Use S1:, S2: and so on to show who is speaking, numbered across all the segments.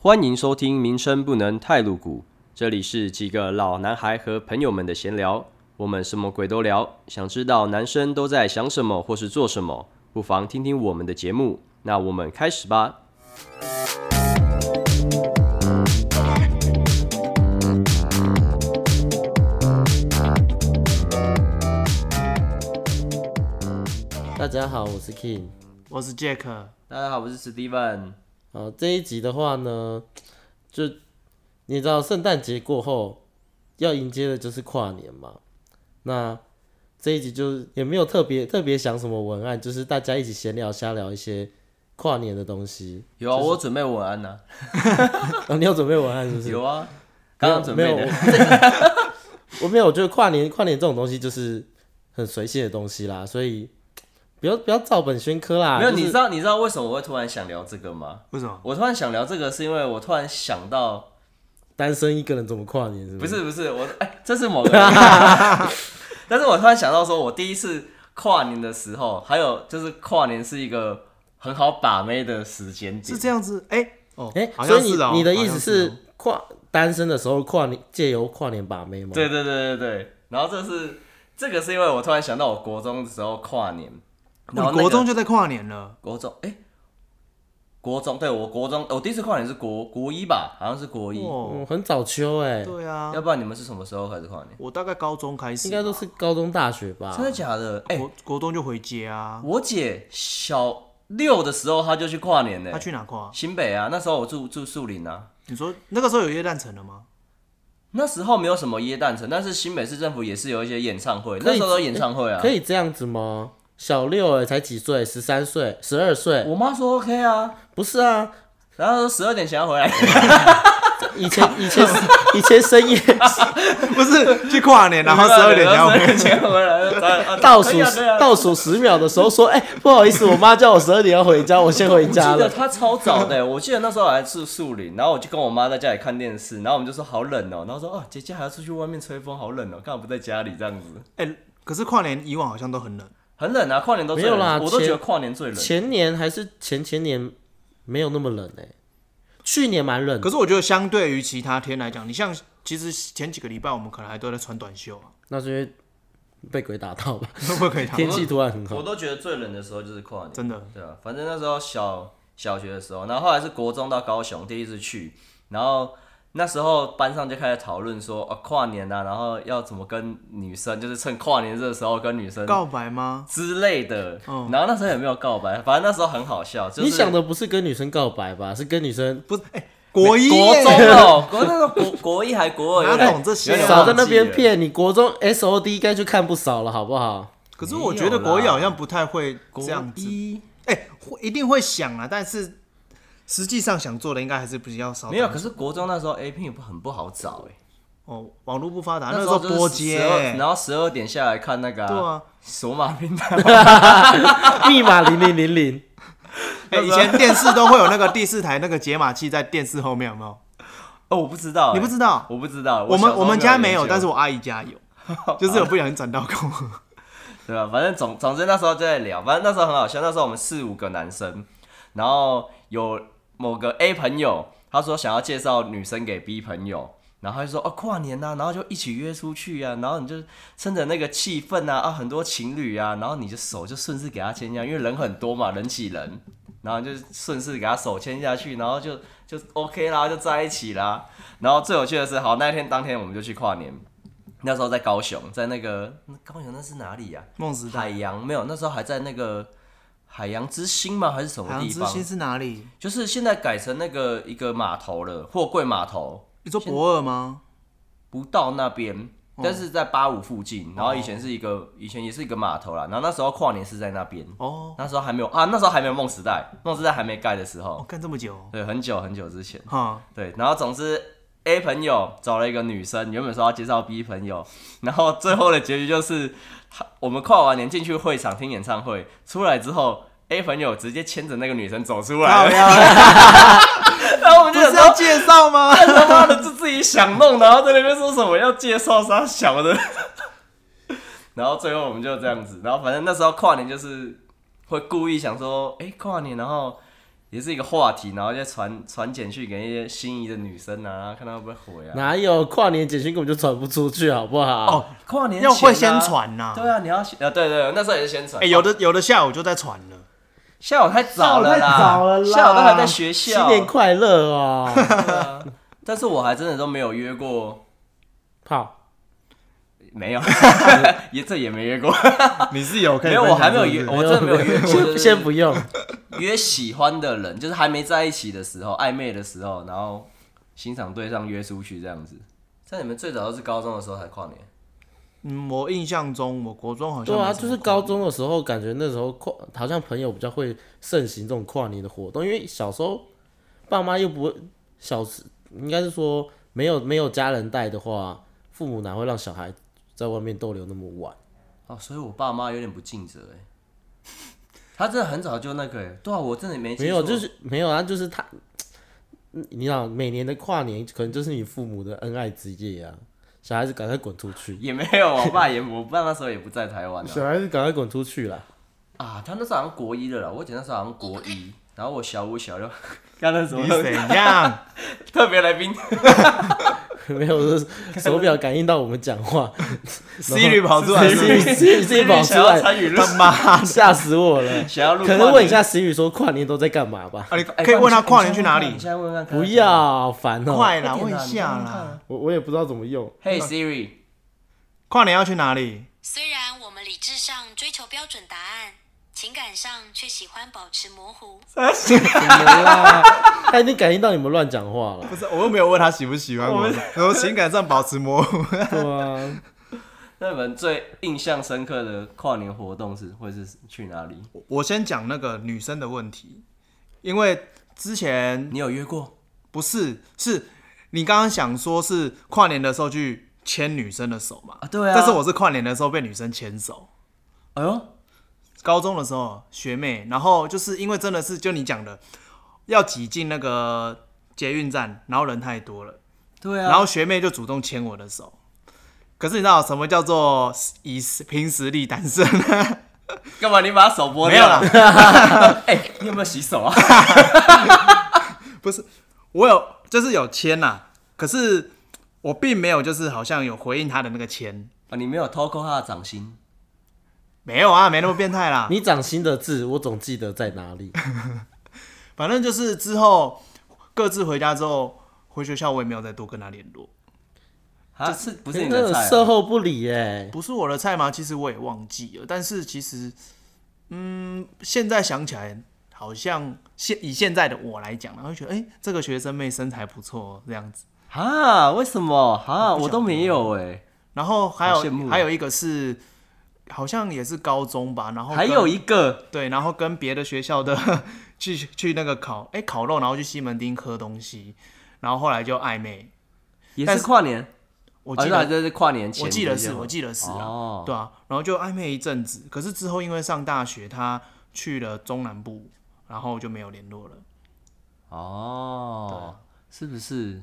S1: 欢迎收听《民生不能太露骨》，这里是几个老男孩和朋友们的闲聊，我们什么鬼都聊。想知道男生都在想什么或是做什么，不妨听听我们的节目。那我们开始吧。
S2: 大家好，我是 King。
S3: 我是 Jack，
S1: 大家好，我是 Steven。
S2: 好，这一集的话呢，就你知道圣诞节过后要迎接的就是跨年嘛。那这一集就是也没有特别特别想什么文案，就是大家一起闲聊瞎聊一些跨年的东西。
S1: 有啊，我有准备文案呢、
S2: 啊、你有准备文案是不是？
S1: 有啊，刚刚准备
S2: 没有
S1: 的。
S2: 我没有，我觉得跨年跨年这种东西就是很随性的东西啦，所以不要不要照本宣科啦。
S1: 没有，
S2: 就
S1: 你
S2: 是
S1: 知道你知道为什么我会突然想聊这个吗？
S3: 为什么？
S1: 我突然想聊这个，是因为我突然想到，
S2: 单身一个人怎么跨年？是
S1: 不
S2: 是？
S1: 是不是，我哎、这是某个人， 但是我突然想到说，我第一次跨年的时候，还有就是跨年是一个很好把妹的时间点
S3: 是，这样子？哎、哦，
S2: 哎、
S3: 好
S2: 所
S3: 像
S2: 以
S3: 是哦
S2: 你你的意
S3: 好
S2: 思
S3: 像
S2: 是
S3: 哦
S2: 跨单身的时候跨年借由跨年把妹吗？
S1: 对，对对对对，然后这是这个是因为我突然想到我国中的时候跨年，然后、那
S3: 你国中
S1: 就
S3: 就在跨年了，
S1: 国中哎、国中对我国中我第一次跨年是国国一吧，好像是国一，
S3: 哦，
S2: 嗯，很早秋哎、
S3: 对啊
S1: 要，不然你们是什么时候开始跨年？
S3: 我大概高中开始
S2: 应
S3: 吧，
S2: 该都是高中大学吧
S1: 真？的假的？哎、
S3: 国国中就回家啊。
S1: 我姐小六的时候她就去跨年呢、
S3: 他去哪跨？
S1: 新北啊，那时候我住住树林啊，
S3: 你说那个时候有夜蛋城了吗？
S1: 那时候没有什么椰蛋城，但是新北市政府也是有一些演唱会，
S2: 可以
S1: 那时候有演唱会啊。
S2: 可以这样子吗？小六哎、才几岁？十三岁、十二岁？
S1: 我妈说 OK 啊，
S2: 不是啊，
S1: 然后她说十二点前要回来，
S2: 以前 以前以前深夜
S3: 不是去跨年，然后十二 点
S1: 然
S3: 要
S1: 后十二
S3: 回。
S1: 点前回来，
S2: 倒数
S1: 可以啊可以啊
S2: 倒数十秒的时候说，哎、不好意思，我妈叫我十二点要回家，我先回
S1: 我
S2: 家
S1: 记得
S2: 了。
S1: 她超早的、我记得那时候还住树林，然后我就跟我妈在家里看电视，然后我们就说好冷哦、然后说啊姐姐还要出去外面吹风，好冷哦、干嘛不在家里这样子？
S3: 哎、可是跨年以往好像都很冷，
S1: 很冷啊，跨年都最冷
S2: 没有啦
S1: 我都觉得
S2: 前
S1: 跨年最冷。
S2: 前年还是前前年没有那么冷哎、去年蛮冷的
S3: 可，是我觉得相对于其他天来讲，你像其实前几个礼拜我们可能还都在穿短袖 啊，
S2: 那是因为被鬼打到吧？
S3: 会不会可以打？
S2: 天气突然很好
S1: 我。都觉得最冷的时候就是跨年，
S3: 真的
S1: 对啊，反正那时候小小学的时候，然后后来是国中到高雄第一次去，然后那时候班上就开始讨论说，啊跨年啊，然后要怎么跟女生，就是趁跨年这个时候跟女生
S3: 告白哦吗？
S1: 之类的。然后那时候也没有告白，反正那时候很好笑，就是
S2: 你想的不是跟女生告白吧？是跟女生
S3: 不是，哎、国一
S1: 国
S3: 耶
S1: 中哦，国那时候国 国一还国二，有
S3: 哪
S1: 点
S3: 懂这些啊
S1: 有点忘
S2: 少
S1: 记
S2: 在
S1: 了
S2: 那边。骗你。国中 S O D 应该就看不少了，好不好？
S3: 可是我觉得国一好像不太会
S1: 国
S3: 这样子，
S1: 一
S3: 哎、会一定会想啊，但是实际上想做的应该还是比较少。
S1: 没有，可是国中那时候 A 片不很不好找哎、
S3: 哦，网络不发达，
S1: 那
S3: 那
S1: 时
S3: 时
S1: 候
S3: 候
S1: 就是
S3: 播接、
S1: 12然后十二点下来看那个、
S3: 对啊，
S1: 索马平台，
S2: 密码零零零零，
S3: 哎、以前电视都会有那个第四台那个解码器在电视后面，有没有？
S1: 哦，我不知道、
S3: 你不知道？
S1: 我不知道，
S3: 我
S1: 小时
S3: 们
S1: 候
S3: 我们家没有，
S1: 研究
S3: 但是我阿姨家 有，就是有不小心转到过。
S1: 对吧？反正总总之那时候就在聊，反正那时候很好笑。那时候我们四五个男生，然后有某个 A 朋友，他说想要介绍女生给 B 朋友，然后他就说哦跨年呐、然后就一起约出去啊，然后你就趁着那个气氛啊啊很多情侣啊，然后你就手就顺势给他牵一下，因为人很多嘛，人挤人，然后就顺势给他手牵下去，然后就就 OK 啦，就在一起啦。然后最有趣的是，好那天当天我们就去跨年。那时候在高雄，在那个高雄那是哪里呀、啊
S3: 梦时代
S1: 海洋没有，那时候还在那个海洋之星吗？还是什么
S3: 海洋
S1: 地
S3: 之
S1: 方？
S3: 心是哪里？
S1: 就是现在改成那个一个码头了，货柜码头，
S3: 你说博尔吗？
S1: 不到那边，
S3: 哦
S1: 但是在八五附近。然后以前是一个，以前也是一个码头啦。然后那时候跨年是在那边，
S3: 哦，
S1: 那时候还没有啊，那时候还没有梦时代，梦时代还没盖的时
S3: 我
S1: 候，
S3: 哦干这么久，
S1: 对，很久很久之前。
S3: 哈，
S1: 对，然后总之 A 朋友找了一个女生，原本说要介绍 B 朋友，然后最后的结局就是，他我们跨完年进去会场听演唱会，出来之后 A 朋友直接牵着那个女生走出来
S3: 好
S1: 了，
S3: 呀，
S1: 然后我们
S3: 不
S1: 就
S3: 啊
S1: 想
S3: 是
S1: 说
S3: 要介绍 吗？
S1: 他妈的是自己想弄，然后在那边说什么要介绍啥小的， 然后最后我们就这样子，然后反正那时候跨年就是会故意想说，哎、跨年，然后也是一个话题，然后就传传简讯给一些心仪的女生啊，然后看她会不会回啊。
S2: 哪有跨年简讯根本就传不出去，好不好？
S3: 哦，
S1: 跨年
S3: 要会
S1: 前
S3: 先
S1: 啊，
S3: 传呐、
S1: 对啊，你要先呃，对对对，那时候也是先传。
S3: 哎、有的有的下午就在传了。
S1: 下午太早了啦，
S2: 下午太早了啦
S1: 下午都还在学
S2: 新
S1: 校。
S2: 年快乐哦！
S1: 但是我还真的都没有约过，
S2: 好，
S1: 没 有，也这也没约过，
S4: 你是有可以
S1: 没有，
S4: 分
S1: 我
S4: 享
S1: 还没有
S4: 是不是
S1: 约，我真的没有约过，就
S2: 先
S1: 是
S2: 先不用。
S1: 约喜欢的人，就是还没在一起的时候，暧昧的时候，然后欣赏对象约出去这样子。在你们最早都是高中的时候才跨年，
S3: 嗯，我印象中，我国中好像
S2: 对啊，
S3: 没什么
S2: 就是高中的时候，感觉那时候跨，好像朋友比较会盛行这种跨年的活动，因为小时候爸妈又不会，小时应该是说没有没有家人带的话，父母哪会让小孩在外面逗留那么晚？
S1: 哦，所以我爸妈有点不尽责哎。 他真的很早就那个哎，对啊，我真的没记
S2: 没有，
S1: 错
S2: 就是没有啊，就是他，嗯你想每年的跨年可能就是你父母的恩爱之夜啊，小孩子赶快滚出去，
S1: 也没有，我爸也我爸那时候也不在台湾啊。
S2: 小孩子赶快滚出去啦！
S1: 啊，他那时候好像国一的了啦，我姐那时候好像国一，然后我小五小六， 看那什么
S3: 你怎样？
S1: 特别来宾，
S2: 没有，就是手表感应到我们讲话，
S3: Siri 跑出来
S2: 自
S3: 是不
S2: 己
S3: 是
S2: 自己自己跑出
S1: 想要
S2: 来，
S1: 参与录，
S2: 吓死我了。
S1: 想要录跨
S2: 可
S1: 年，
S2: 能问一下思雨说跨年都在干嘛吧？
S3: 啊，你
S1: 哎，
S3: 可以问他跨年去哪
S1: 你
S3: 里？
S1: 现在问看看，
S2: 不要，好烦哦、
S3: 快啦，
S1: 快
S3: 问
S1: 点啦
S3: 一下。
S1: 你问问看
S3: 啦
S1: 啊。
S2: 我我也不知道怎么 用。
S1: Hey Siri，
S3: 跨年要去哪里？
S5: 虽然我们理智上追求标准答案，情感上却喜欢保持模糊。
S2: 他一定感应到你们乱讲话了
S4: 不。是，我又没有问他喜不喜欢我，然后情感上保持模糊。
S2: 对啊，
S1: 那你们最印象深刻的跨年活动是会是去哪里？
S3: 我先讲那个女生的问题，因为之前
S1: 你有约过？
S3: 不是是你刚刚想说是跨年的时候去牵女生的手嘛？
S1: 啊对啊
S3: 但是我是跨年的时候被女生牵手，
S1: 哎呦，
S3: 高中的时候学妹，然后就是因为真的是就你讲的，要挤进那个捷运站，然后人太多了，
S1: 对啊，
S3: 然后学妹就主动牵我的手。可是你知道什么叫做呃以凭实力单身？
S1: 干嘛你把手拨
S3: 没有
S1: 掉
S3: 啦
S1: 了？， 哎、你有没有洗手啊？
S3: 不是，我有就是有签呐、可是我并没有就是好像有回应他的那个签，
S1: 啊，你没有偷抠他的掌心？
S3: 没有啊，没那么变态啦。
S2: 你掌心的字我总记得在哪里。
S3: 反正就是之后各自回家之后，回学校我也没有再多跟他联络，
S1: 啊，是不是你
S2: 那
S1: 的
S2: 个
S1: 菜、
S2: 售
S1: 啊？
S2: 后不理哎、
S3: 不是我的菜吗？其实我也忘记了，但是其实，嗯，现在想起来。好像现以现在的我来讲，然后觉得哎、这个学生妹身材不错哦这样子。
S1: 啊，为什么？啊，我
S3: 不晓
S1: 都
S3: 得
S1: 没有哎、
S3: 然后还
S1: 好羡慕
S3: 有
S1: 哦
S3: 还有一个是，好像也是高中吧，然后
S1: 还
S3: 跟
S1: 有一个
S3: 对，然后跟别的学校的 去去那个烤哎、烤肉，然后去西门町喝东西，然后后来就暧昧。
S1: 也
S3: 但
S1: 是
S3: 是
S1: 跨年，
S3: 我
S1: 啊
S3: 记
S1: 那
S3: 得、
S1: 这是跨年前，
S3: 我记得是我记得是啊，
S1: 哦
S3: 对啊，然后就暧昧一阵子，可是之后因为上大学，他去了中南部，然后就没有联络了。
S1: 哦，是不是？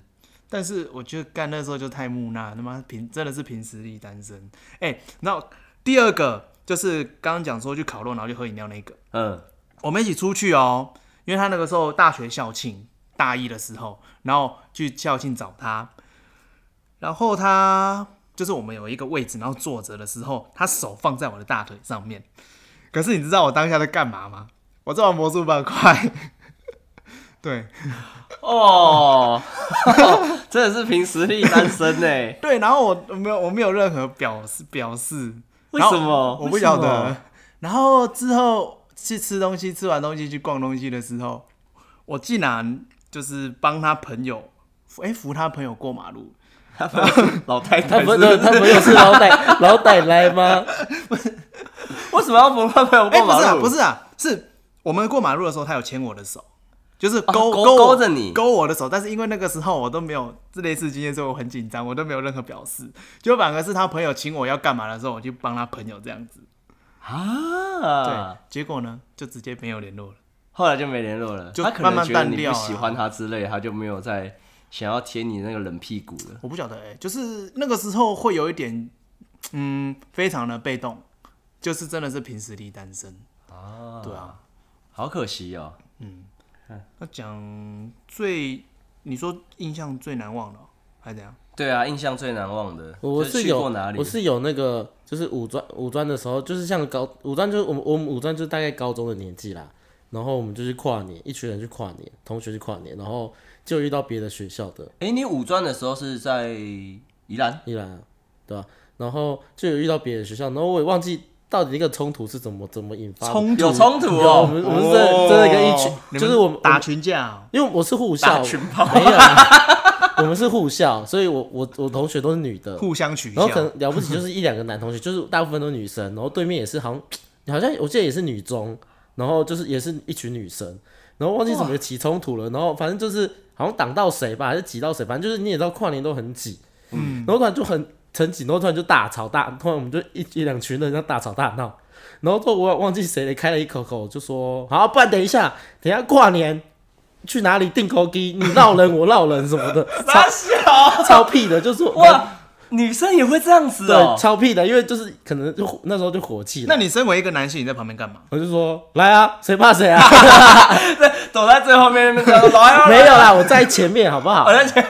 S3: 但是我觉得干那时候就太木讷，他妈凭真的是凭实力单身。哎、然后第二个就是刚刚讲说去烤肉，然后就喝饮料那个，
S1: 嗯，
S3: 我们一起出去哦，因为他那个时候大学校庆，大一的时候，然后去校庆找他，然后他就是我们有一个位置，然后坐着的时候，他手放在我的大腿上面，可是你知道我当下在干嘛吗？我在玩魔术板块， 对
S1: 哦， 真的是凭实力单身 呢。
S3: 对，然后我我没有我没有任何表示表示，
S1: 为
S3: 然后
S1: 什么
S3: 我不晓
S1: 为什
S3: 得
S1: 么。
S3: 然后之后去吃东西，吃完东西去逛东西的时候，我竟然就是帮他朋友，哎、扶他朋友过马路，
S1: 老太
S2: 他
S1: 太
S2: 不
S1: 是
S2: 是他不又是老奶老奶奶吗？
S1: 为什么要扶他朋友过
S3: 哎、不
S1: 马
S3: 是啊，
S1: 路？
S3: 不是啊，是我们过马路的时候，他有牵我的手，就是勾、
S1: 哦勾
S3: 勾我
S1: 勾着你
S3: 勾我的手，但是因为那个时候我都没有这类似经验，所以我很紧张，我都没有任何表示，就反而是他朋友请我要干嘛的时候，我去帮他朋友这样子，对，
S1: 啊，
S3: 结果呢，就直接没有联络了。
S1: 后来就没联络了。
S3: 就
S1: 他可能
S3: 慢慢
S1: 觉得
S3: 淡
S1: 你
S3: 掉啊
S1: 不
S3: 了
S1: 喜欢他之类，他就没有再想要贴你那个冷屁股了。
S3: 我不晓得、欸，就是那个时候会有一点，嗯，非常的被动，就是真的是凭实力单身啊，对啊，
S1: 好可惜哦。
S3: 要讲最你说印象最难忘的哦、还是怎样？
S1: 对啊，印象最难忘的，
S2: 我
S1: 就是
S2: 是
S1: 去
S2: 有
S1: 过哪里？
S2: 我是有那个，就是五专五专的时候，就是像高五专，就是我们我们五专就是大概高中的年纪啦。然后我们就去跨年，一群人去跨年，同学去跨年，然后就遇到别的学校的
S1: 哎、你五专的时候是在宜兰？
S2: 依然、啊，对吧、然后就有遇到别的学校，然后我也忘记到底那个冲突是怎么怎么引发的。
S3: 冲突
S1: 有冲突
S2: 有我
S1: 哦、
S2: 们我们是真的真的跟一群，
S3: 你
S2: 就是我们
S3: 打群架哦、
S2: 因为我是护校，没有，啊 我们是护校，所以我我我同学都是女的，
S3: 互相取
S2: 然
S3: 笑
S2: 后，可能了不起就是一两个男同学，就是大部分都是女生，然后对面也是好像好像我记得也是女中，然后就是也是一群女生，然后忘记怎么起冲突了，然后反正就是好像挡到谁吧，还是挤到谁，反正就是你也知道跨年都很挤，嗯，然后突然就很很挤，然后突然就大吵大，突然我们就一一两群人这样大吵大闹。然后之后我也忘记谁开了一口口，就说好，不然等一下，等一下跨年去哪里订勾机，你闹人我闹人什么的，
S1: 傻小
S2: 超屁的，就说
S1: 哦哇，女生也会这样子哦、
S2: 对，超屁的，因为就是可能就火那时候就火气了。
S3: 那你身为一个男性，你在旁边干嘛？
S2: 我就说来啊，谁怕谁啊？
S1: 躲在最后面那边讲，来啊，
S2: 没有啦，我在前面好不好
S1: 我？在前。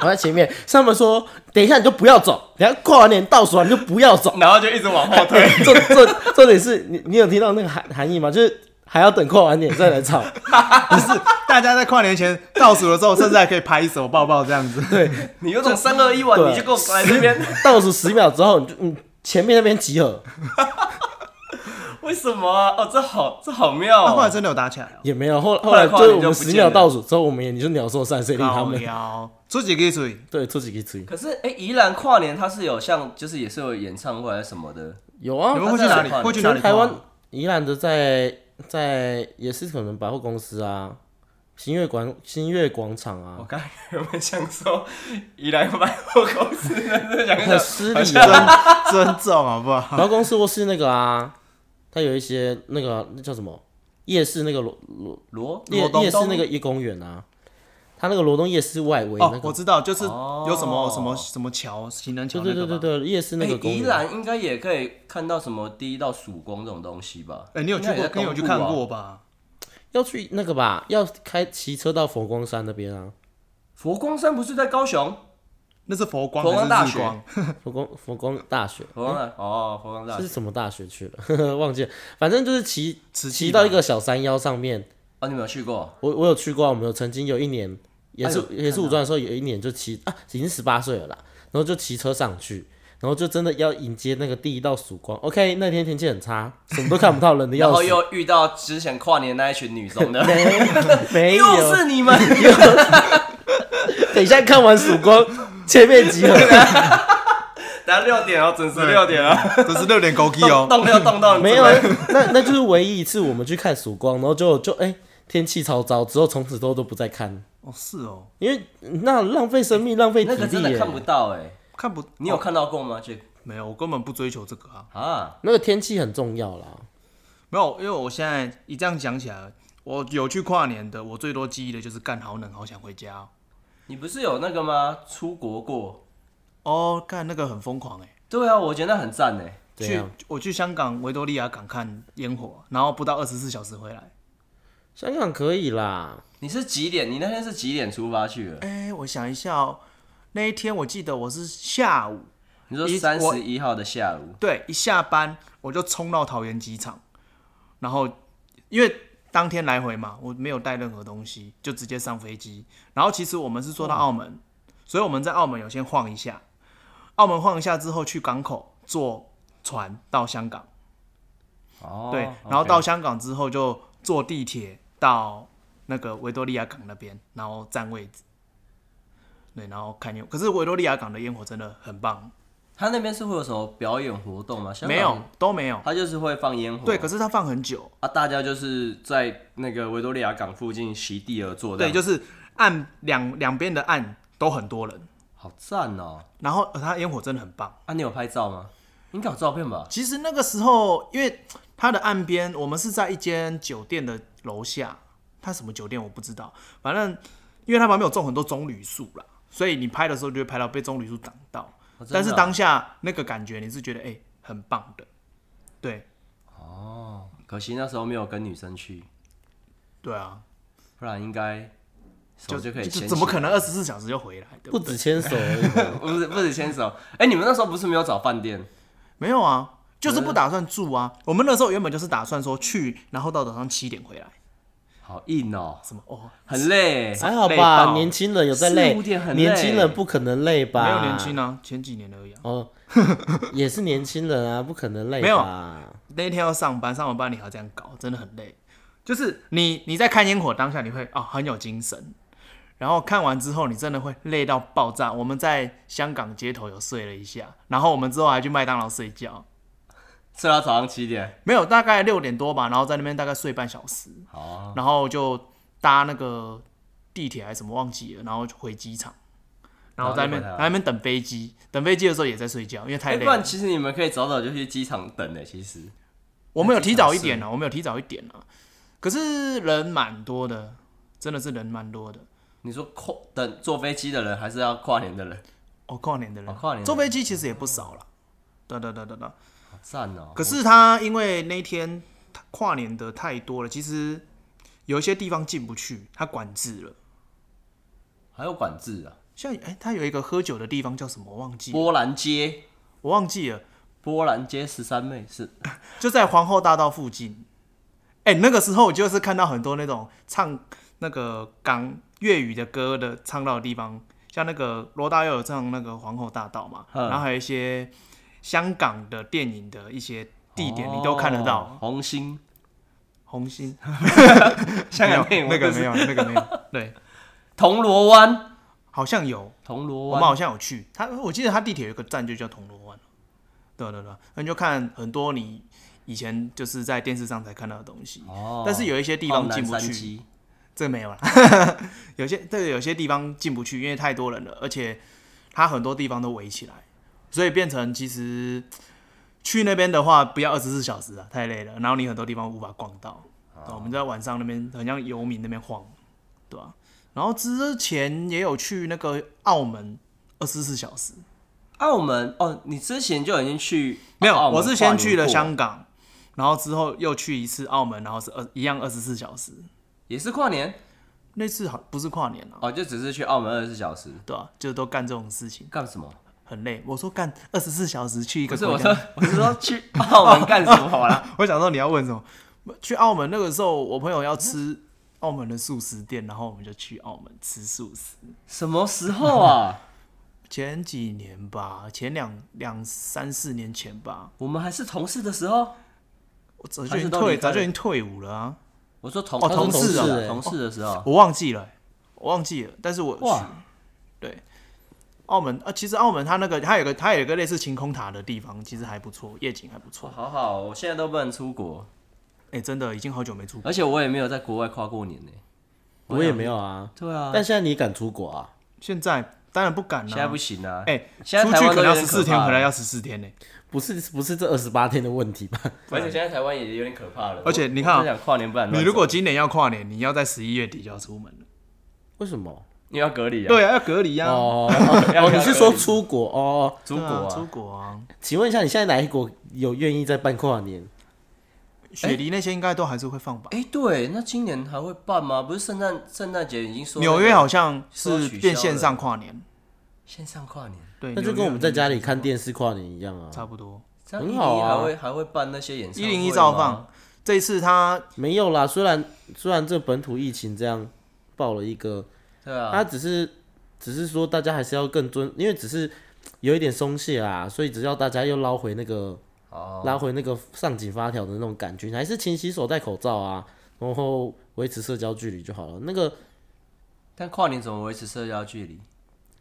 S2: 我在前面。他们说等一下你就不要走，等一下过完年倒数完你就不要走
S1: 然后就一直往后退。
S2: 重重重点是你你有听到那个含含义吗？就是还要等过完年再 来吵。
S4: 不是大家在跨年前倒数的时候，甚至还可以拍手抱抱这样子。
S2: 对，
S1: 你有种三二一晚，
S2: 对
S1: 你就给我来这边，
S2: 倒数十秒之后你就嗯前面那边集合
S1: 为什么啊？哦，这好，这好妙
S3: 他后来
S1: 哦、
S3: 真的有打起来哦、
S2: 也没有。后后
S1: 后来
S2: 来
S1: 跨年
S2: 就
S1: 就
S2: 是我们
S1: 不见
S2: 十秒
S1: 了
S2: 倒数之后，我们也你就鸟兽散，谁理他
S3: 高
S2: 们？
S3: 腰，
S4: 出几个水，
S2: 对，出几个嘴
S1: 可是，哎、宜兰跨年它是有像，就是也是有演唱会还是什么的，
S2: 有啊
S3: 你，们会去哪里？会去哪里？
S2: 台湾宜兰的在在也是可能百货公司啊，新月广新月广场
S1: 我
S2: 啊，
S1: 刚才原本想说宜兰百货公司，但是想一
S2: 很
S1: 想，
S2: 失礼啊。
S4: 尊重好不好？
S2: 百货公司或是那个啊，它有一些那个那叫什么夜市那个罗罗
S1: 罗
S2: 夜
S1: 罗东
S2: 夜市那
S1: 东
S2: 个夜公园啊，它那个罗东夜市外围那
S3: 哦，
S2: 个，
S3: 我知道，就是
S1: 哦
S3: 有什么什么什么桥，行人桥
S2: 对
S3: 那
S2: 对对
S3: 个
S2: 对
S3: 吧。
S2: 对，夜市那
S1: 哎，
S2: 个公
S1: 宜
S2: 园。
S1: 兰应该也可以看到什么第一道曙光这种东西吧？
S3: 哎，你有去
S1: 应该
S3: 过
S1: 也在？东
S3: 你
S1: 部
S3: 有去看
S1: 啊
S3: 过吧？
S2: 要去那个吧，要开骑车到佛光山那边啊，
S1: 佛光山不是在高雄？
S3: 那是佛光
S1: 佛光大
S3: 还是日
S1: 学
S3: 光？
S2: 佛光佛光大学。
S1: 佛光山哦，佛光大
S2: 这是
S1: 学
S2: 什么大学去了？呵 呵忘记了，反正就是骑
S3: 慈济
S2: 骑
S3: 吧
S2: 到一个小山腰上面。
S1: 啊，你们有去过？
S2: 我我有去过啊，我们有曾经有一年也是、
S1: 哎呦
S2: 也是武装的时候，有一年就骑啊，已经十八岁了啦，然后就骑车上去，然后就真的要迎接那个第一道曙光。OK，那天天气很差，什么都看不到，冷的
S1: 然
S2: 要
S1: 后
S2: 死。
S1: 又遇到之前跨年那一群女中的，
S2: 没没有，
S1: 又是你们，
S2: 等一下看完曙光，前面集 合。
S1: 啊等下六点哦，准时六点啊，
S4: 这是六点枸杞
S1: 动
S4: 哦，
S1: 动六动动
S2: 没有，那那就是唯一一次我们去看曙光，然后就就哎、天气超糟，之后从此之后都不再看，
S3: 哦，是哦，
S2: 因为那浪费生命，浪费体
S1: 那个真
S2: 力
S1: 的
S2: 耶。
S1: 看不到哎，
S3: 看不，
S1: 你有
S3: 哦
S1: 看到过吗？这
S3: 没有？我根本不追求这个啊。
S1: 啊，
S2: 那个天气很重要啦。
S3: 没有，因为我现在一这样讲起来，我有去跨年的，我最多记忆的就是干好冷，好想回家哦。
S1: 你不是有那个吗？出国过？
S3: 哦，干那个很疯狂哎、
S1: 对啊，我觉得那很赞哎，
S2: 怎
S3: 去
S2: 样？
S3: 我去香港维多利亚港看烟火，然后不到二十四小时回来。
S2: 香港可以啦，
S1: 你是几点？你那天是几点出发去的？
S3: 哎、我想一下哦，那一天我记得我是下午，
S1: 你说
S3: 一
S1: 三
S3: 我
S1: 十一号的下午，
S3: 对，一下班我就冲到桃园机场，然后因为当天来回嘛，我没有带任何东西，就直接上飞机。然后其实我们是坐到澳门，所以我们在澳门有先晃一下，澳门晃一下之后去港口坐船到香港，
S1: 哦，
S3: 对，然后到
S1: OK
S3: 香港之后就坐地铁到那个维多利亚港那边，然后占位置。对，然后看烟火，可是维多利亚港的烟火真的很棒，
S1: 他那边是会有什么表演活动吗？香港
S3: 没有，都没有。
S1: 他就是会放烟火。
S3: 对，可
S1: 是
S3: 是它放很久，
S1: 啊，大家就是在那个维多利亚港附近席地而坐这
S3: 对，
S1: 样，
S3: 就是岸两两边的岸都很多人，
S1: 好赞哦、
S3: 然后呃它烟火真的很棒。
S1: 啊，你有拍照吗？应该有照片吧？
S3: 其实那个时候，因为它的岸边，我们是在一间酒店的楼下，它什么酒店我不知道，反正因为它旁边有种很多棕榈树啦，所以你拍的时候就会拍到被棕榈树挡到，
S1: 哦真的
S3: 但是
S1: 啊
S3: 当下那个感觉你是觉得哎、很棒的，对
S1: 可惜那时候没有跟女生去。
S3: 对啊，
S1: 不然应该手就可以
S3: 就
S1: 牵。
S3: 怎么可能二？十四小时就回来？对
S2: 不
S3: 对
S2: 止牵手 而
S1: 不是不止牵手，哎、你们那时候不是没有找饭店？
S3: 没有啊，就是不打算住啊。我们那时候原本就是打算说去，然后到早上七点回来。
S1: 好硬哦、
S3: 什么哦？
S1: 很累
S2: 已，。还好
S3: 累到
S2: 吧？年轻人有在
S1: 四五点很累
S2: 年轻人不可能累吧？
S3: 没有年轻啊，前几年而已啊。
S2: 哦， 也是年轻人啊，不可能累
S3: 没有
S2: 吧？
S3: 那一天要上班，上完班你还要这样搞，真的很累。就是你你在看烟火当下，你会哦很有精神，然后看完之后你真的会累到爆炸。我们在香港街头有睡了一下，然后我们之后还去麦当劳睡觉，
S1: 睡到啊早上七点。
S3: 没有大概六点多吧，然后在那边大概睡半小时，
S1: 好啊、
S3: 然后就搭那个地铁还是什么忘记了，然后就回机场，然后在那边
S1: 然后就回台湾
S3: 在那边等飞机，等飞机的时候也在睡觉，因为太
S1: 哎，
S3: 累
S1: 不然
S3: 了。
S1: 其实你们可以早早就去机场等的、其实
S3: 我们有提早一点啊，我们有提早一点啊，可是人蛮多的，真的是人蛮多的。
S1: 你说跨等坐飞机的人，还是要跨年的人，
S3: 哦，跨年的人，
S1: 哦跨年的人
S3: 坐飞机其实也不少了。对对对对对。
S1: 好赞哦、
S3: 可是他因为那一天他跨年的太多了，其实有一些地方进不去，他管制了。
S1: 还有管制啊，
S3: 像哎、他有一个喝酒的地方叫什么？我忘记了，
S1: 波兰街，
S3: 我忘记了，
S1: 波兰街十三妹是
S3: 就在皇后大道附近。哎、那个时候我就是看到很多那种唱那个港粤语的歌的唱到的地方，像那个罗大佑有唱那个皇后大道嘛，
S1: 嗯
S3: 然后还有一些香港的电影的一些地点你都看得到。
S1: 哦红星，
S3: 红星，
S1: 香港
S3: 没
S1: 电
S3: 有
S1: 影
S3: 那个没
S1: 有，
S3: 有，那个没有，对，
S1: 铜锣湾，
S3: 好像有，
S1: 铜
S3: 我
S1: 锣
S3: 们好
S1: 湾，
S3: 像有去，他我记得他地铁有一个站就叫铜锣湾，对啊对对，那你就看很多你以前就是在电视上才看到的东西，
S1: 哦
S3: 但是有一些地方进不
S1: 奥南山
S3: 去，
S1: 鸡
S3: 这个没有啦， 有些对有些地方进不去，因为太多人了，而且它很多地方都围起来，所以变成其实去那边的话，不要二十四小时啊，太累了，然后你很多地方无法逛到，
S1: 啊
S3: 对我们在晚上那边很像游民那边晃，对吧、然后之前也有去那个澳门二十四小时，
S1: 澳门哦，你之前就已经去
S3: 没有，
S1: 啊澳门
S3: 我是先
S1: 跨年
S3: 去了
S1: 过
S3: 香港，然后之后又去一次澳门，然后是二一样二十四小时，
S1: 也是跨年
S3: 那次好不是跨年啊，
S1: 哦，就只是去澳门二十四小时
S3: 对吧、就都干这种事情。
S1: 干什么？
S3: 很累。我说干二十四小时去一
S1: 不
S3: 个
S1: 是
S3: 国
S1: 我说
S3: 家，，
S1: 我是说去澳门干什么好啦？
S3: 我想说你要问什么？去澳门那个时候，我朋友要吃澳门的素食店，然后我们就去澳门吃素食。
S1: 什么时候啊？
S3: 前几年吧，前两两三四年前吧，
S1: 我们还是同事的时候，
S3: 我早就
S1: 还
S3: 已
S1: 是
S3: 经
S1: 都
S3: 退，
S1: 离开
S3: 早就已
S1: 了
S3: 经退伍了啊，
S1: 我说同
S3: 哦
S1: 他说
S3: 同
S1: 同
S3: 事啊
S1: 啊
S2: 哦
S1: 同事的时候，
S3: 我忘记了欸、我忘记了，但是我有去
S1: 哇，
S3: 对。澳门啊，其实澳门它那个它有个它有一个类似晴空塔的地方，其实还不错，夜景还不错
S1: 哇。好好，我现在都不能出国，
S3: 哎、真的已经好久没出国，
S1: 而且我也没有在国外跨过年呢。
S2: 我也没有啊。
S1: 对
S3: 哎
S1: 啊，
S2: 但现在你敢出国啊？
S3: 现在当然不敢了、
S1: 现在不行啊。
S3: 哎、
S1: 现在
S3: 出
S1: 台
S3: 去
S1: 湾都
S3: 可
S1: 有
S3: 能要
S1: 点
S3: 十
S1: 可
S3: 四
S1: 怕
S3: 天，
S1: 了
S3: 回来要十四天呢、
S2: 不是不是这二十八天的问题吧？
S1: 而且现在台湾也有点可怕了。
S3: 而且
S1: 我
S3: 你看啊
S1: 我在想跨年不然
S3: 你如果
S1: 乱走
S3: 今年要跨年，你要在十一月底就要出门了。
S2: 为什么？
S1: 你要隔离啊，
S3: 对啊，要隔离啊。
S2: 哦
S1: 要隔
S2: 哦，
S1: 离
S2: 你是说出国哦？
S1: 出国
S3: 对啊出
S1: 啊？
S3: 国啊，
S2: 请问一下，你现在哪一国有愿意在办跨年？
S3: 嗯雪梨那些应该都还是会放吧。
S1: 哎，对，那今年还会办吗？不是圣诞圣诞节已经说那个
S3: 纽约好像
S1: 说
S3: 是
S1: 取消
S3: 变线上跨年，
S1: 线上跨年，
S3: 对，
S2: 那就跟我们在家里看电视跨年一样啊
S3: 视。差不多。
S1: 这样
S2: 很好啊
S1: 101还会还会办那些演唱
S3: 一
S1: 会
S3: 零一
S1: 吗
S3: 照放，这一次他
S2: 没有啦，虽然虽然这本土疫情这样爆了一个，
S1: 对啊，
S2: 它只是只是说大家还是要更尊，因为只是有一点松懈啦，所以只要大家又捞回那个
S1: 哦，
S2: 拉回那个上紧发条的那种感觉，你还是勤洗手、戴口罩啊，然后维持社交距离就好了。那个
S1: 但跨年怎么维持社交距离？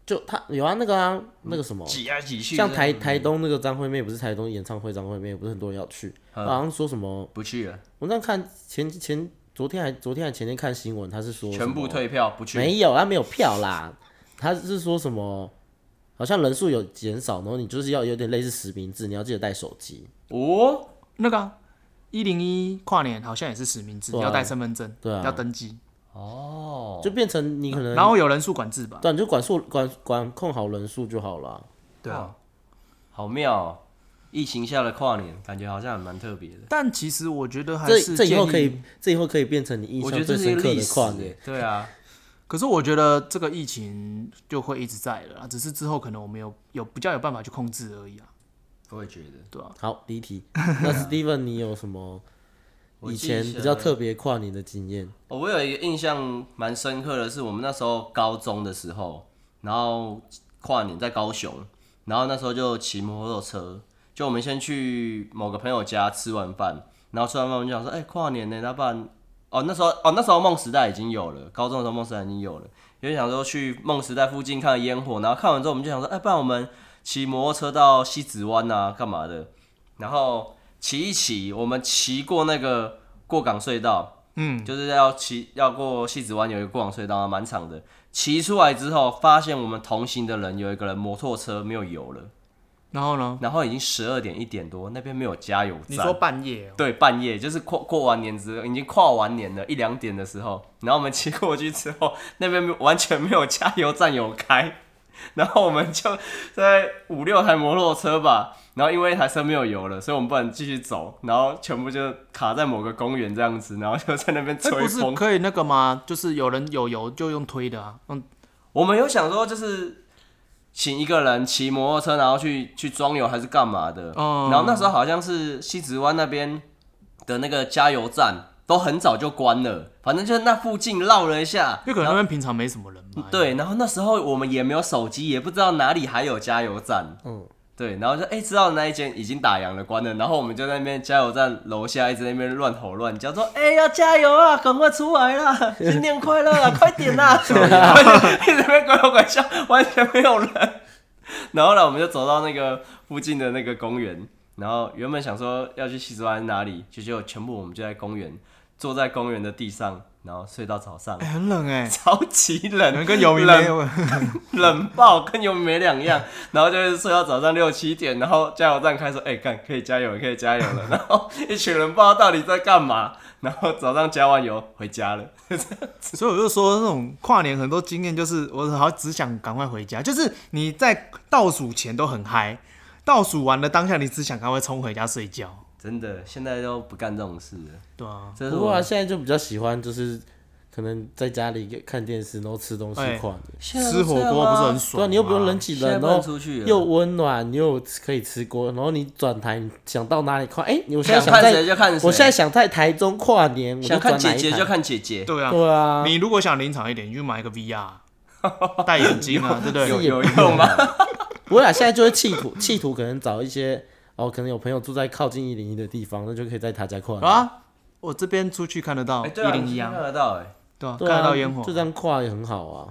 S2: 就他有啊，那个
S1: 嗯
S2: 啊，那个什么，
S1: 挤来挤去这样，
S2: 像台台东那个张惠妹不是台东演唱会，张惠妹不是很多人要去，好像说什么，
S1: 不去了，
S2: 我那看前前昨天还昨天还前天看新闻，他是说什
S1: 全部
S2: 么
S1: 退票不去，
S2: 没有，他没有票啦，他是说什么？好像人数有减少，然后你就是要有点类似实名制，你要记得带手机。
S1: 哦，
S3: 那个啊一零一跨年好像也是实名制，
S2: 对啊
S3: 要带身份证，
S2: 对啊
S3: 要登记，
S1: 哦，
S2: 就变成你可能，
S3: 然后有人数管制吧。
S2: 啊对，你就管数管管控好人数就好了。
S3: 对啊，
S1: 好妙哦，疫情下的跨年，感觉好像还蛮特别的。
S3: 但其实我觉得还
S2: 这
S3: 是
S2: 这以后
S3: 建议
S2: 可以，这以后可以变成你印
S1: 我觉
S2: 象
S1: 得
S2: 最
S1: 这是一个
S2: 深刻
S1: 历
S2: 的
S1: 史
S2: 跨年
S1: 欸。。对啊，
S3: 可是我觉得这个疫情就会一直在了啊啦，只是之后可能我们有有比较有办法去控制而已啊。
S1: 我也觉得。
S2: 好，离题。那 Steven，你有什么
S1: 我
S2: 以
S1: 记得
S2: 前比较特别跨年的经验？
S1: 哦我有一个印象蛮深刻的是，我们那时候高中的时候，然后跨年在高雄，然后那时候就骑摩托车，就我们先去某个朋友家吃完饭，然后吃完饭我们就想说，哎、跨年呢，那不然哦那时候哦那时候梦时代已经有了，高中的时候梦时代已经有了，有点想说去梦时代附近看烟火，然后看完之后我们就想说，哎、不然我们骑摩托车到西子湾啊，干嘛的？然后骑一骑，我们骑过那个过港隧道。就是要骑要过戏子湾有一个过往隧道，啊蛮长的。骑出来之后，发现我们同行的人有一个人摩托车没有油了，
S3: 然后呢？
S1: 然后已经十二点一点多，那边没有加油站。
S3: 你说半夜、哦
S1: 对，半夜就是过过完年之后，已经跨完年了，一两点的时候，然后我们骑过去之后，那边没有完全没有加油站有开，然后我们就在五六台摩托车吧，然后因为一台车没有油了，所以我们不能继续走，然后全部就卡在某个公园这样子，然后就在那边
S3: 哎、
S1: 吹
S3: 不是
S1: 风。
S3: 可以那个吗？就是有人有油就用推的啊，嗯，
S1: 我们有想说，就是请一个人骑摩托车，然后去去装油还是干嘛的。
S3: 哦
S1: 然后那时候好像是西子湾那边的那个加油站都很早就关了，反正就是那附近绕了一下。
S3: 因为可能那边平常没什么人嘛。，
S1: 对，然后那时候我们也没有手机，也不知道哪里还有加油站。
S2: 嗯，
S1: 对，然后就哎、知道那一间已经打烊了，关了。然后我们就在那边加油站楼下一直在那边乱吼乱叫，说：“哎、要加油啊，赶快出来啦，新年快乐啊，快点啦！”然后就一直在那边鬼吼鬼叫， 完全没有人。然后呢，我们就走到那个附近的那个公园，然后原本想说要去西子湾哪里，就结果全部我们就在公园，坐在公园的地上，然后睡到早上
S4: 哎、，很冷 哎、
S1: 超级冷，
S4: 可能跟游民没
S1: 冷
S4: 有，
S1: 冷爆，跟油没两样，然后就是睡到早上六七点，然后加油站开说，哎、干可以加油了，可以加油了， 然后一群人不知道到底在干嘛，然后早上加完油回家了，
S4: 所以我就说那种跨年很多经验就是我好像只想赶快回家，就是你在倒数前都很嗨，倒数完了当下你只想赶快冲回家睡觉。
S1: 真的，现在都不干这种事了，
S4: 对啊，
S1: 这是
S2: 不过
S1: 我
S2: 啊，现在就比较喜欢就是可能在家里看电视，然后吃东西
S4: 哎
S2: 跨年。
S1: 现在都
S4: 吃火锅不是很
S2: 对
S4: 爽、
S2: 啊，
S4: 吗？
S2: 你又不用人挤
S1: 这啊样啊现
S2: 人，
S1: 在
S2: 然
S1: 搬
S2: 后
S1: 出去了
S2: 又温暖，你又可以吃锅，然后你转台，你想到哪里跨？哎、我现在
S1: 想看
S2: 在
S1: 谁就看谁
S2: 我现在想在台中跨年，我就
S1: 想看
S2: 转
S1: 姐
S2: 哪一
S1: 姐
S2: 台
S1: 就。看姐姐，
S4: 对啊，
S2: 对啊，
S4: 你如果想临场一点，你就买一个 VR 戴眼镜啊，对不
S1: 有
S4: 对？
S1: 有用吗？
S2: 不会啊，现在就会企图企图可能找一些哦，可能有朋友住在靠近一零一的地方，那就可以在他家跨年。
S4: 啊，我这边出去看得到
S1: 哎、
S4: 一
S1: 对啊，
S3: 哦
S4: 零一
S1: 看
S4: 啊，
S1: 得到哎、
S4: 对啊，
S2: 对
S4: 看
S2: 啊，
S4: 得到烟火
S2: 就。这样跨也很好啊。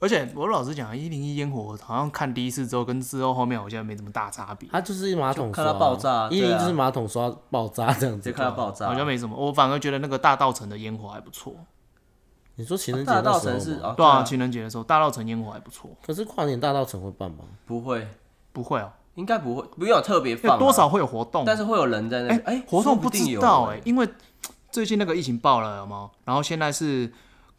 S4: 而且我老实讲，一零一烟火好像看第一次之后，跟之后后面好像没什么大差别，
S2: 它就是马桶
S1: 就
S2: 刷
S1: 看它爆炸
S2: 一
S1: 对
S2: 零
S1: 啊
S2: 就是马桶刷爆炸这样
S1: 直接
S2: 子。
S1: 看到爆炸
S4: 好，像没什么。我反而觉得那个大道城的烟火还不错。
S2: 你说情人节
S1: 大
S2: 那
S1: 道
S2: 时候
S1: 城是
S2: 吗
S1: 哦，
S4: 对啊，情人节的时候大道城烟火还不错。
S2: 可是跨年大道城会办吗？
S1: 不会，
S4: 不会哦，
S1: 应该不会，不用有特别放、
S4: 有
S1: 啊，
S4: 多少会有活动，
S1: 但是会有人在那边，哎、
S4: 哦活
S1: 说
S4: 动
S1: 不定
S4: 知
S1: 有
S4: 道
S1: 哎、
S4: 哎，因为最近那个疫情爆了，有没有？然后现在是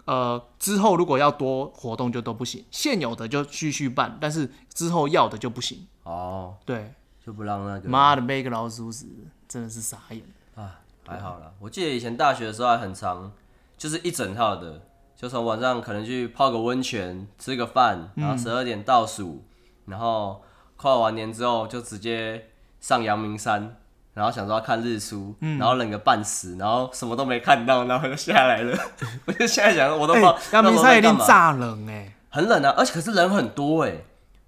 S4: 呃，之后如果要多活动就都不行，现有的就继续办，但是之后要的就不行。
S1: 哦，
S4: 对，
S1: 就不让那个
S4: 妈的，被一个老鼠屎，真的是傻眼。
S1: 啊，还好啦。我记得以前大学的时候还很长，就是一整套的，就从晚上可能去泡个温泉、吃个饭，
S4: 嗯
S1: 然后十二点倒数，然后跨完年之后就直接上阳明山，然后想说要看日出，
S4: 嗯
S1: 然后冷个半死，然后什么都没看到，然后就下来了。 我就现在想，我都不知道
S4: 哎，阳明
S1: 那时
S4: 山
S1: 候在
S4: 一定
S1: 干嘛
S4: 炸冷哎，
S1: 很冷啊，而且可是人很多哎、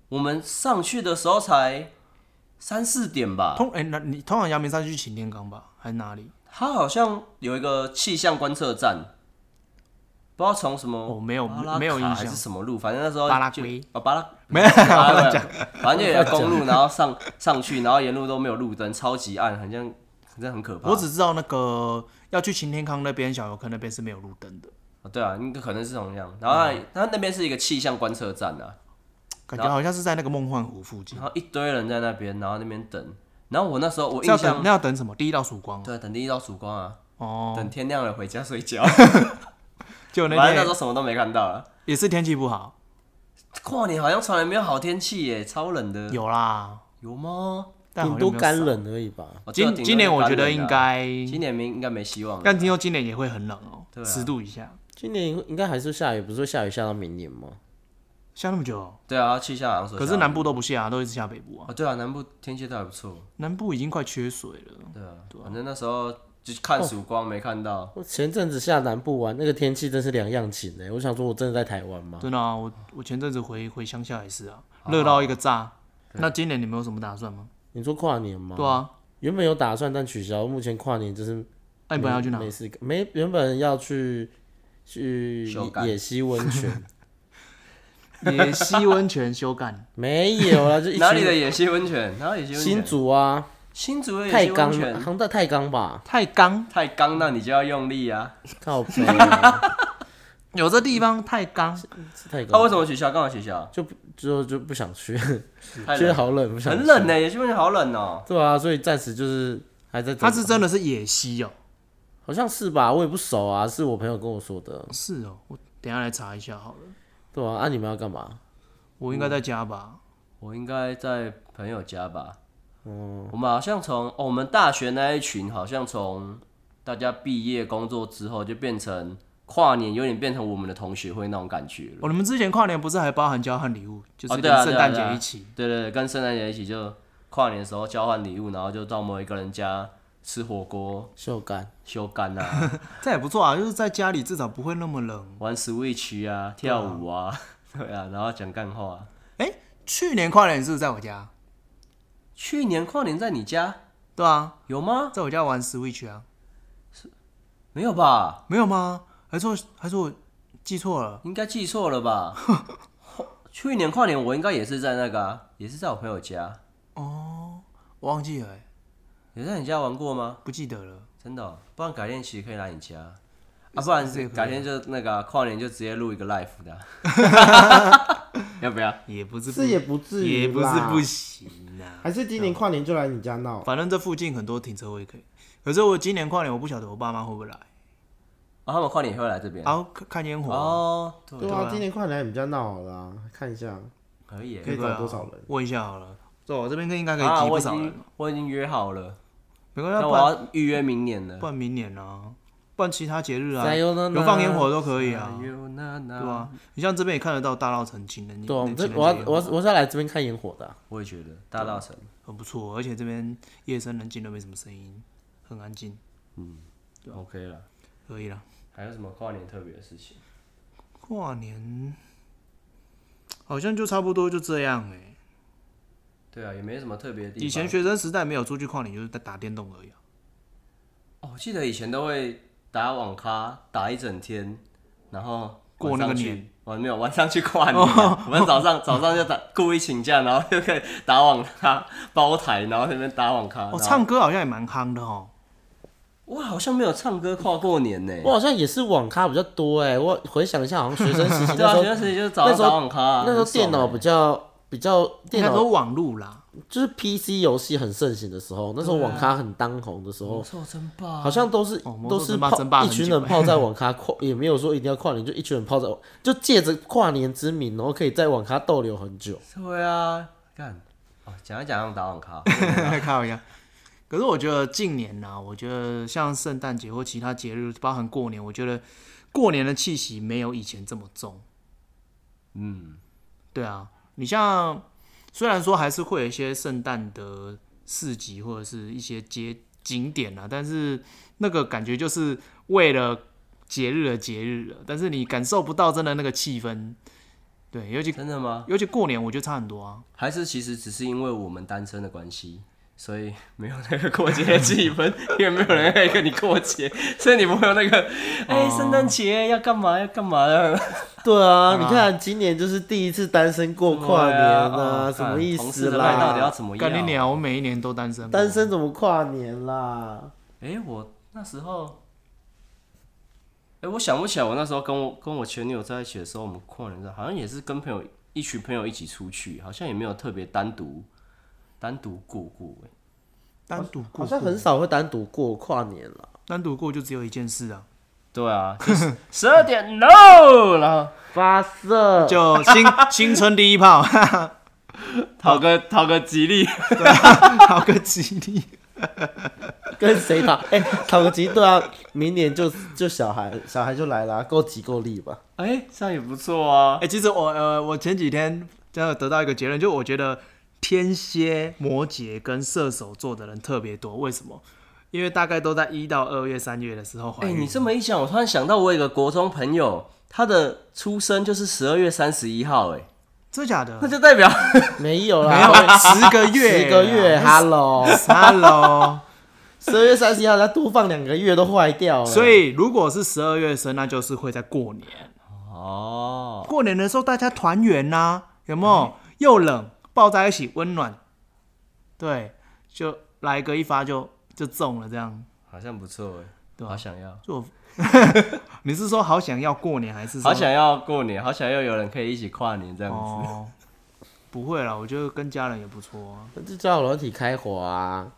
S1: 我们上去的时候才三四点吧，
S4: 通哎，那你通常阳明山去擎天岗吧，还是哪里？
S1: 它好像有一个气象观测站，不知道从什么
S4: 哦没有
S1: 巴拉卡
S4: 没有印象
S1: 还是什么路，啊反正那时候
S4: 巴拉
S1: 就
S4: 圭
S1: 哦巴拉没有巴拉圭，反正就有公路，然后上上去，然后沿路都没有路灯，超级暗，好像真的很可怕。
S4: 我只知道那个要去擎天岗那边小游客那边是没有路灯的，
S1: 哦对啊，应该可能是同样。然后它它那边是一个气象观测站啊，
S4: 感觉好像是在那个梦幻湖附近
S1: 然。后一堆人在那边，然后那边等。然后我那时候我
S4: 是要
S1: 印
S4: 等
S1: 象
S4: 那要等什么？第一道曙光哦
S1: 对等第一道曙光啊，
S4: 哦，
S1: 等天亮了回家睡 觉。
S4: 就那
S1: 反正那
S4: 天
S1: 时候什么都没看到啊了。
S4: 也是天气不好，
S1: 跨年好像从来没有好天气耶，超冷的。
S4: 有啦，
S1: 有吗？
S3: 但
S2: 顶
S3: 好像
S2: 多
S3: 没有
S2: 干
S3: 少。
S2: 冷而已吧。
S1: 哦这种
S3: 今
S1: 顶多
S3: 今年我觉
S1: 干
S3: 得
S1: 冷
S3: 应
S1: 的啊
S3: 该，
S1: 今年明应该没希望了。
S3: 但听说今年也会很冷哦
S1: 对，啊
S3: 十度以下，
S2: 今年应该还是下雨，不是说下雨下到明年吗？
S3: 下那么久哦，
S1: 对啊，气象好像说下
S3: 可
S1: 雨，
S3: 是南部都不下，都一直下北部啊。
S1: 哦，对啊，南部天气倒还不错。
S3: 南部已经快缺水了，
S1: 对啊，反正那时候就看曙光没看
S3: 哦
S1: 到，
S2: 我哦前阵子下南部玩，那个天气真是两样情哎、我想说，我真的在台湾吗？
S3: 真的啊！我我前阵子回回乡下也是啊，
S1: 哦
S3: 热到一个炸。那今年你们有什么打算吗？
S2: 你说跨年
S1: 哦
S2: 吗？
S3: 对啊，
S2: 原本有打算，但取消。目前跨年就是
S3: 那你本来要去哪？
S2: 没事，没原本要去去
S1: 修改
S2: 野溪温 泉，
S3: 野溪温泉 修干，
S2: 没有啦，就一群
S1: 哪里的野溪温泉？哪里野溪温泉？
S2: 新竹啊，
S1: 新竹的野
S2: 太
S1: 溪温
S2: 钢，
S1: 泉
S2: 杭大太钢吧，
S3: 太刚
S1: 太刚，那你就要用力啊！
S2: 靠北啊
S3: 有这地方太刚，
S2: 是 太
S1: 他、为
S2: 钢，
S1: 什么取消？干嘛取消？
S2: 就不就就不想去，
S1: 太
S2: 觉得
S1: 冷，
S2: 好冷，不想去
S1: 很冷呢、欸野溪温泉好冷哦、
S2: 对啊，所以暂时就是还在。
S3: 它是真，的是野溪哦，
S1: 嗯
S2: 好像是吧？我也不熟啊，是我朋友跟我说的。
S3: 是哦，我等一下来查一下好了。
S2: 对啊，啊你们要干嘛？
S3: 我应该在家
S1: 嗯
S3: 吧？
S1: 我应该在朋友家吧。嗯，我们好像从、哦、我们大学那一群，好像从大家毕业工作之后，就变成跨年，有点变成我们的同学会那种感觉了。
S3: 哦，你们之前跨年不是还包含交换礼物，就是
S1: 哦
S3: 跟
S1: 对啊
S3: 圣
S1: 对啊
S3: 诞
S1: 对啊
S3: 节一起。
S1: 对对对，跟圣诞节一起就跨年的时候交换礼物，然后就到某一个人家吃火锅、
S2: 秀干，
S1: 修干啊、
S3: 这也不错啊，就是在家里至少不会那么冷。
S1: 玩 Switch 啊、跳舞啊，对啊，然后讲干话、
S3: 去年跨年是不是在我家？
S1: 去年跨年在你家
S3: 对啊，
S1: 有吗？
S3: 在我家玩 Switch 啊，
S1: 没有吧？
S3: 没有吗？还是我还是我记错了？
S1: 应该记错了吧？ 去年跨年我应该也是在那个、啊，也是在我朋友家，
S3: 我忘记了、欸，
S1: 有在你家玩过吗？
S3: 不记得了。
S1: 真的哦、不然改天其实可以来你家，啊，不然改天就那个啊、跨年就直接录一个 l i f e 的啊、啊 要不要？
S3: 也不是不
S2: 是也不至于，
S3: 也不是不，行啊，
S2: 还是今年跨年就来你家闹。
S3: 反正这附近很多停车位可以。可是我今年跨年，我不晓得我爸妈会不会来，
S1: 哦，他们跨年也会来这边
S3: 然。后看看烟火，啊
S1: 哦，对，
S2: 对啊，今年跨年来你家闹好了啊、看一下
S1: 可以耶。
S2: 可以
S3: 对啊
S2: 找多少人。
S3: 问一下好了。对，我这边应该可以
S1: 啊，
S3: 集
S1: 我
S3: 不
S1: 已
S3: 少人
S1: 经
S3: 了，
S1: 我已经约好了，
S3: 没关系
S1: 那
S3: 啊，
S1: 我
S3: 不然
S1: 要预约明年了
S3: 不。然明年啊，不然其他节日啊，
S2: 加油呢！
S3: 有放烟火都可以啊
S1: 哎，呦那那
S3: 对啊，你像这边也看得到大稻城情人，
S2: 对啊，我们这
S3: 情人节
S2: 我要
S3: 烟火
S2: 我要我是要来这边看烟火的啊、
S1: 我也觉得大稻城
S3: 很不错，而且这边夜深人静都没什么声音，很安静，啊
S1: OK 了。
S3: 可以了。
S1: 还有什么跨年特别的事情？
S3: 跨年好像就差不多就这样哎、
S1: 对啊，也没什么特别的地方。
S3: 以前学生时代没有出去跨年，就是在打电动而已啊、
S1: 哦，我记得以前都会打网咖，打一整天，然后
S3: 过那个
S1: 晚上去
S3: 年。
S1: 晚没有晚上去跨年啊、
S2: 哦
S1: 我们早上 早上就打故意请假，然后就可以打网咖包台，然后在那边打网咖。
S3: 哦，
S1: 然后
S3: 唱歌好像也蛮夯的哦。
S1: 我好像没有唱歌跨过年呢、
S2: 我好像也是网咖比较多哎、我回想一下，好像学生时期
S1: 对
S2: 那
S1: 啊，
S2: 时
S1: 学
S2: 候、
S1: 生时期就是早上
S2: 那时候
S1: 打网咖、啊，
S2: 那时候
S1: 很爽
S2: 电脑
S1: 欸
S2: 比较比较
S3: 应
S2: 电
S3: 该
S2: 脑
S3: 都网路啦，
S2: 就是 PC 游戏很盛行的时候，那时候网咖很当红的时候，
S1: 做争霸，
S2: 好像都是、
S3: 哦魔
S2: 都
S3: 兽
S2: 是
S3: 争霸
S2: 泡
S3: 争霸
S2: 一
S3: 很
S2: 群
S3: 久
S2: 人泡在网咖 跨，也没有说一定要跨年，就一群人泡在就借着跨年之名，然后可以在网咖逗留很久。
S1: 对啊，干哦，讲一讲他们打网 咖，
S3: 靠呀！可是我觉得近年呐、我觉得像圣诞节或其他节日，包含过年，我觉得过年的气息没有以前这么重。
S1: 嗯，
S3: 对啊，你像虽然说还是会有一些圣诞的市集或者是一些街景点啊，但是那个感觉就是为了节日而节日了，但是你感受不到真的那个气氛。对，尤其
S1: 真的吗？
S3: 尤其过年，我觉得差很多啊。
S1: 还是其实只是因为我们单身的关系，所以没有那个过节的气氛，因为没有人会跟你过节，所以你不会有那个，哎、圣诞节要干嘛要干嘛的，
S2: 对啊，你看今年就是第一次单身过跨年
S1: 对
S2: 啊，
S1: 哦
S2: 什么意
S1: 干同事
S2: 思
S1: 的爱到底要
S2: 啦？
S1: 怎么样？
S3: 干你娘！我每一年都单身，
S2: 单。身怎么跨年啦？
S1: 哎、我那时候，哎、我想不起来，我那时候跟我跟我前女友在一起的时候，我们跨年的时候好像也是跟朋友一群朋友一起出去，好像也没有特别单独单独过过、哎，
S3: 单独
S2: 好
S3: 过，
S2: 像很少会单独过跨年啦。
S3: 单独过就只有一件事啊，
S1: 对啊， 十二点 no，然后
S2: 发射
S3: 就新新春第一炮。
S1: 讨个讨个吉利，
S3: 好个吉利。
S2: 跟谁打？ 哎、讨个吉对啊，明年就就小孩，小孩就来啦，够吉够力吧。
S1: 哎、这样也不错啊
S3: 哎、。其实我呃，我前几天真的得到一个结论，就我觉得天蝎、摩羯跟射手座的人特别多，为什么？因为大概都在一到二月、三月的时候怀
S1: 哎、
S3: 孕。
S1: 你这么一讲，我突然想到，我有一个国中朋友，他的出生就是十二月三十一号、哎，
S3: 真假
S1: 那
S3: 的？
S1: 就 代表
S2: 没有
S3: 没有
S2: 啦，
S3: 啊，十个月，
S2: 十个月。，Hello，
S3: Hello，
S2: 十二月三十一号再多放两个月都坏掉了。
S3: 所以如果是十二月生，那就是会在过年。
S1: 哦，
S3: 过年的时候大家团圆呐，有没有？又冷，抱在一起温暖，对，就来个一发就就中了这样。
S1: 好像不错哎、
S3: 对啊
S1: 好想要，
S3: 就我 你是说好想要过年，还是说
S1: 好想要过年，好想要有人可以一起跨年这样子。
S3: 哦？不会啦，我觉得跟家人也不错、啊。
S2: 那就叫软体开火啊！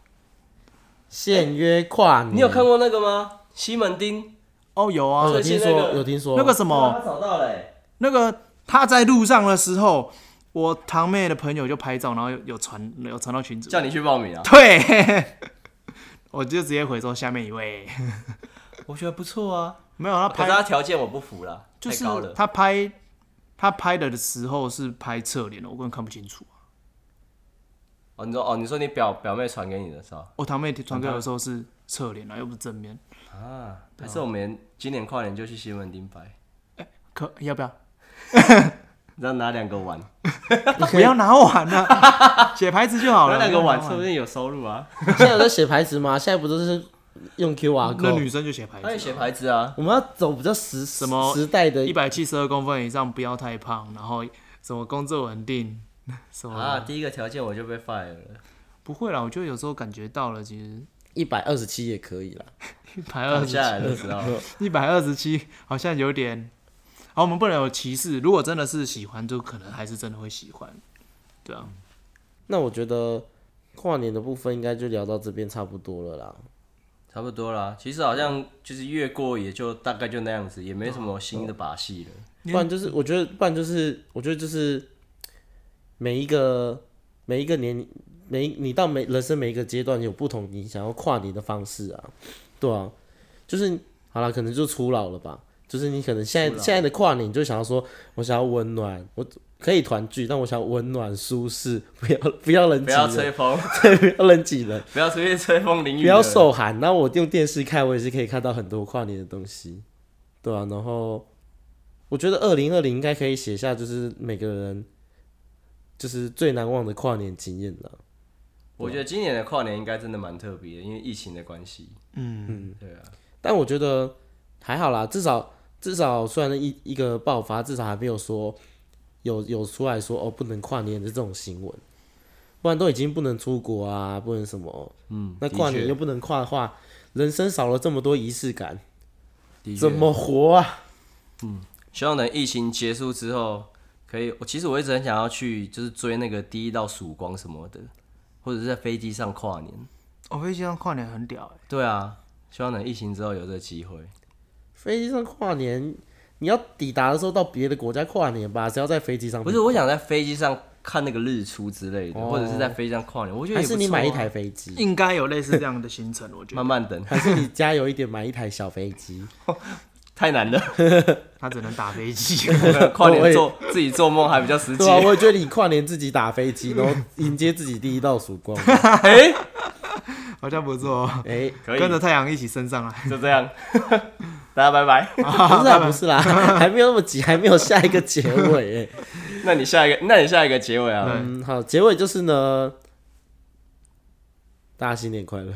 S2: 现约跨年，
S1: 你有看？过那个吗？西门町，
S3: 哦，有啊，
S2: 哦，有
S1: 最近
S2: 听
S1: 那
S2: 说，
S1: 个
S2: 有听说
S3: 那个什
S1: 他
S3: 么，
S1: 找到了、哎
S3: 那个他在路上的时候，我堂妹的朋友就拍照，然后有有传有传到群组，
S1: 叫你去报名啊。
S3: 对， 我就直接回说下面一位，
S1: 我觉得不错啊，
S3: 没有他
S1: 可
S3: 拍
S1: 是他条件我不服啦，
S3: 就是
S1: 太高了。
S3: 他拍他拍的时候是拍侧脸的，我根本看不清楚。
S1: 哦，你说哦，你说你表表妹传给你的是吧？
S3: 我堂哦妹传给我的时候是侧脸啊，又不是正面。
S1: 啊，还是我们今年跨年就去西门町拍，
S3: 可要不要？
S1: 然后拿两个碗，
S3: 不要拿碗啊， 写牌子就好
S1: 拿
S3: 了。
S1: 两个碗，
S3: 不要
S1: 说
S3: 拿
S1: 不定有收入啊。
S2: 现在有在写牌子吗？现在不都是用 QR
S3: 那
S2: code？
S3: 女生就写牌
S1: 他也
S3: 子
S1: 写
S3: 啊。
S1: 牌子啊，
S2: 我们要走比较时什
S3: 么
S2: 时代的
S3: 一百七十二公分以上，不要太胖，然后什么工作稳定， 什么的、
S1: 啊，第一个条件我就被 fire 了，
S3: 不会啦。我就有时候感觉到了，其实
S2: 一百二十七也可以啦。
S3: 一百二
S1: 躺
S3: 十
S1: 下来的时候，
S3: 一百二十七 好像有点，好，我们不能有歧视。如果真的是喜欢，就可能还是真的会喜欢，对啊。
S2: 那我觉得跨年的部分应该就聊到这边差不多了啦。
S1: 差不多啦。其实好像就是越过也就大概就那样子，也没什么新的把戏了。
S2: 不然就是我觉得，不然就是我觉得就是每一个每一个年每你到每人生每一个阶段有不同你想要跨年的方式啊，对啊，就是好了，可能就初老了吧，就是你可能现在现在的跨年你就想要说，我想要温暖，我可以团聚，但我想要温暖舒适，不要不要人
S1: 不
S2: 挤
S1: 要
S2: 人，
S1: 吹风，
S2: 不要人挤人，
S1: 不要出去吹风淋雨，
S2: 不要。受寒。那我用电视看，我也是可以看到很多跨年的东西，对啊，然后我觉得二零二零应该可以写下，就是每个人就是最难忘的跨年经验了。
S1: 我觉得今年的跨年应该真的蛮特别的，因为疫情的关系。嗯，对啊，
S2: 但我觉得还好啦，至少至少虽然一一个爆发，至少还没有说有有出来说哦不能跨年的这种新闻，不然都已经不能出国啊，不能什么，
S1: 嗯，
S2: 那跨年又不能跨的话，人生少了这么多仪式感，
S1: 的确
S2: 怎么活啊？
S1: 希望等疫情结束之后，可以。我其实我一直很想要去，就是追那个第一道曙光什么的，或者是在飞机上跨年。
S3: 我哦飞机上跨年很屌哎、
S1: 对啊，希望等疫情之后有这机会。
S2: 飞机上跨年，你要抵达的时候到别的国家跨年吧，只要在飞机上。
S1: 不是，我想在飞机上看那个日出之类的，或者是在飞机上跨年。我觉得
S2: 哦还
S1: 也不
S2: 是你
S1: 错
S2: 买一
S1: 啊，
S2: 台飞机，
S3: 应该有类似这样的行 程，我觉得
S1: 慢慢等，
S2: 还是你加油一点买一台小飞 机？
S1: 太难了。
S3: 他只能打飞 机。
S1: 跨
S2: 啊我
S1: 年
S2: 也
S1: 做自己做梦还比较实际
S2: 对。啊，我也觉得你跨年自己打 飞机，然后迎接自己第一道曙光。
S1: 哎，
S3: 好像不错哦，
S2: 哎、
S1: 可以，
S3: 跟着太阳一起升上来。
S1: 就这样， 大家拜 拜。
S2: 不是啦，啊 不是啦，还没有那么急，还没有下一个结尾、哎，
S1: 那你下一个，那你下一个结尾啊？
S2: 嗯，好，结尾就是呢，大家新年快乐，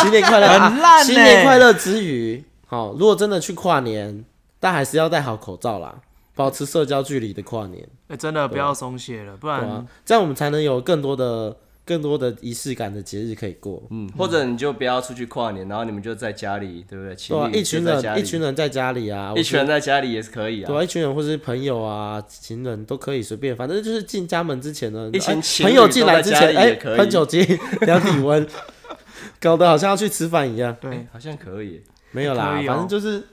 S2: 新年快乐，
S3: 很烂
S2: 啊
S3: 欸
S2: 新年快乐之余，好，如果真的去跨年，但还是要戴好口罩啦，保持社交距离的跨年，
S3: 哎真的不要松懈了，不
S2: 对
S3: 然、
S1: 嗯
S2: 啊，这样我们才能有更多的、更多的仪式感的节日可以过。
S1: 嗯，或者你就不要出去跨年，然后你们就在家里，对不对？情
S2: 对啊，
S1: 侣嗯
S2: 一
S1: 就
S2: 群
S1: 在家
S2: 人，
S1: 里
S2: 一群人在家里啊，我
S1: 一
S2: 觉
S1: 群
S2: 得
S1: 人在家里也是可以啊
S2: 对。啊，一群人或是朋友啊、情人都可以随便，反正就是进家门之前呢，
S1: 一群
S2: 哎
S1: 情侣
S2: 朋友进来之
S1: 都在家
S2: 前，
S1: 里
S2: 哎、
S1: 也可以
S2: 喷酒精、量体 温，搞得好像要去吃饭一样。
S3: 对
S1: 好像可以。
S2: 没有啦，
S3: 可以哦
S2: 反正就是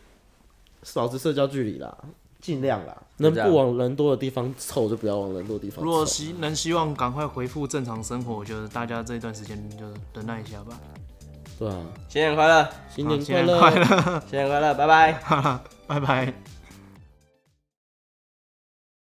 S2: 保持社交距离啦。尽量啦，能不往人多的地方凑就不要往人多的地方
S3: 如果
S2: 凑。
S3: 希能希望赶快恢复正常生活，我觉得大家这一段时间就是忍耐一下吧。
S2: 对啊，
S1: 新年快乐，
S2: 新年
S3: 好新
S2: 快
S3: 年
S2: 乐！
S1: 新年快乐，拜拜。
S3: 拜拜。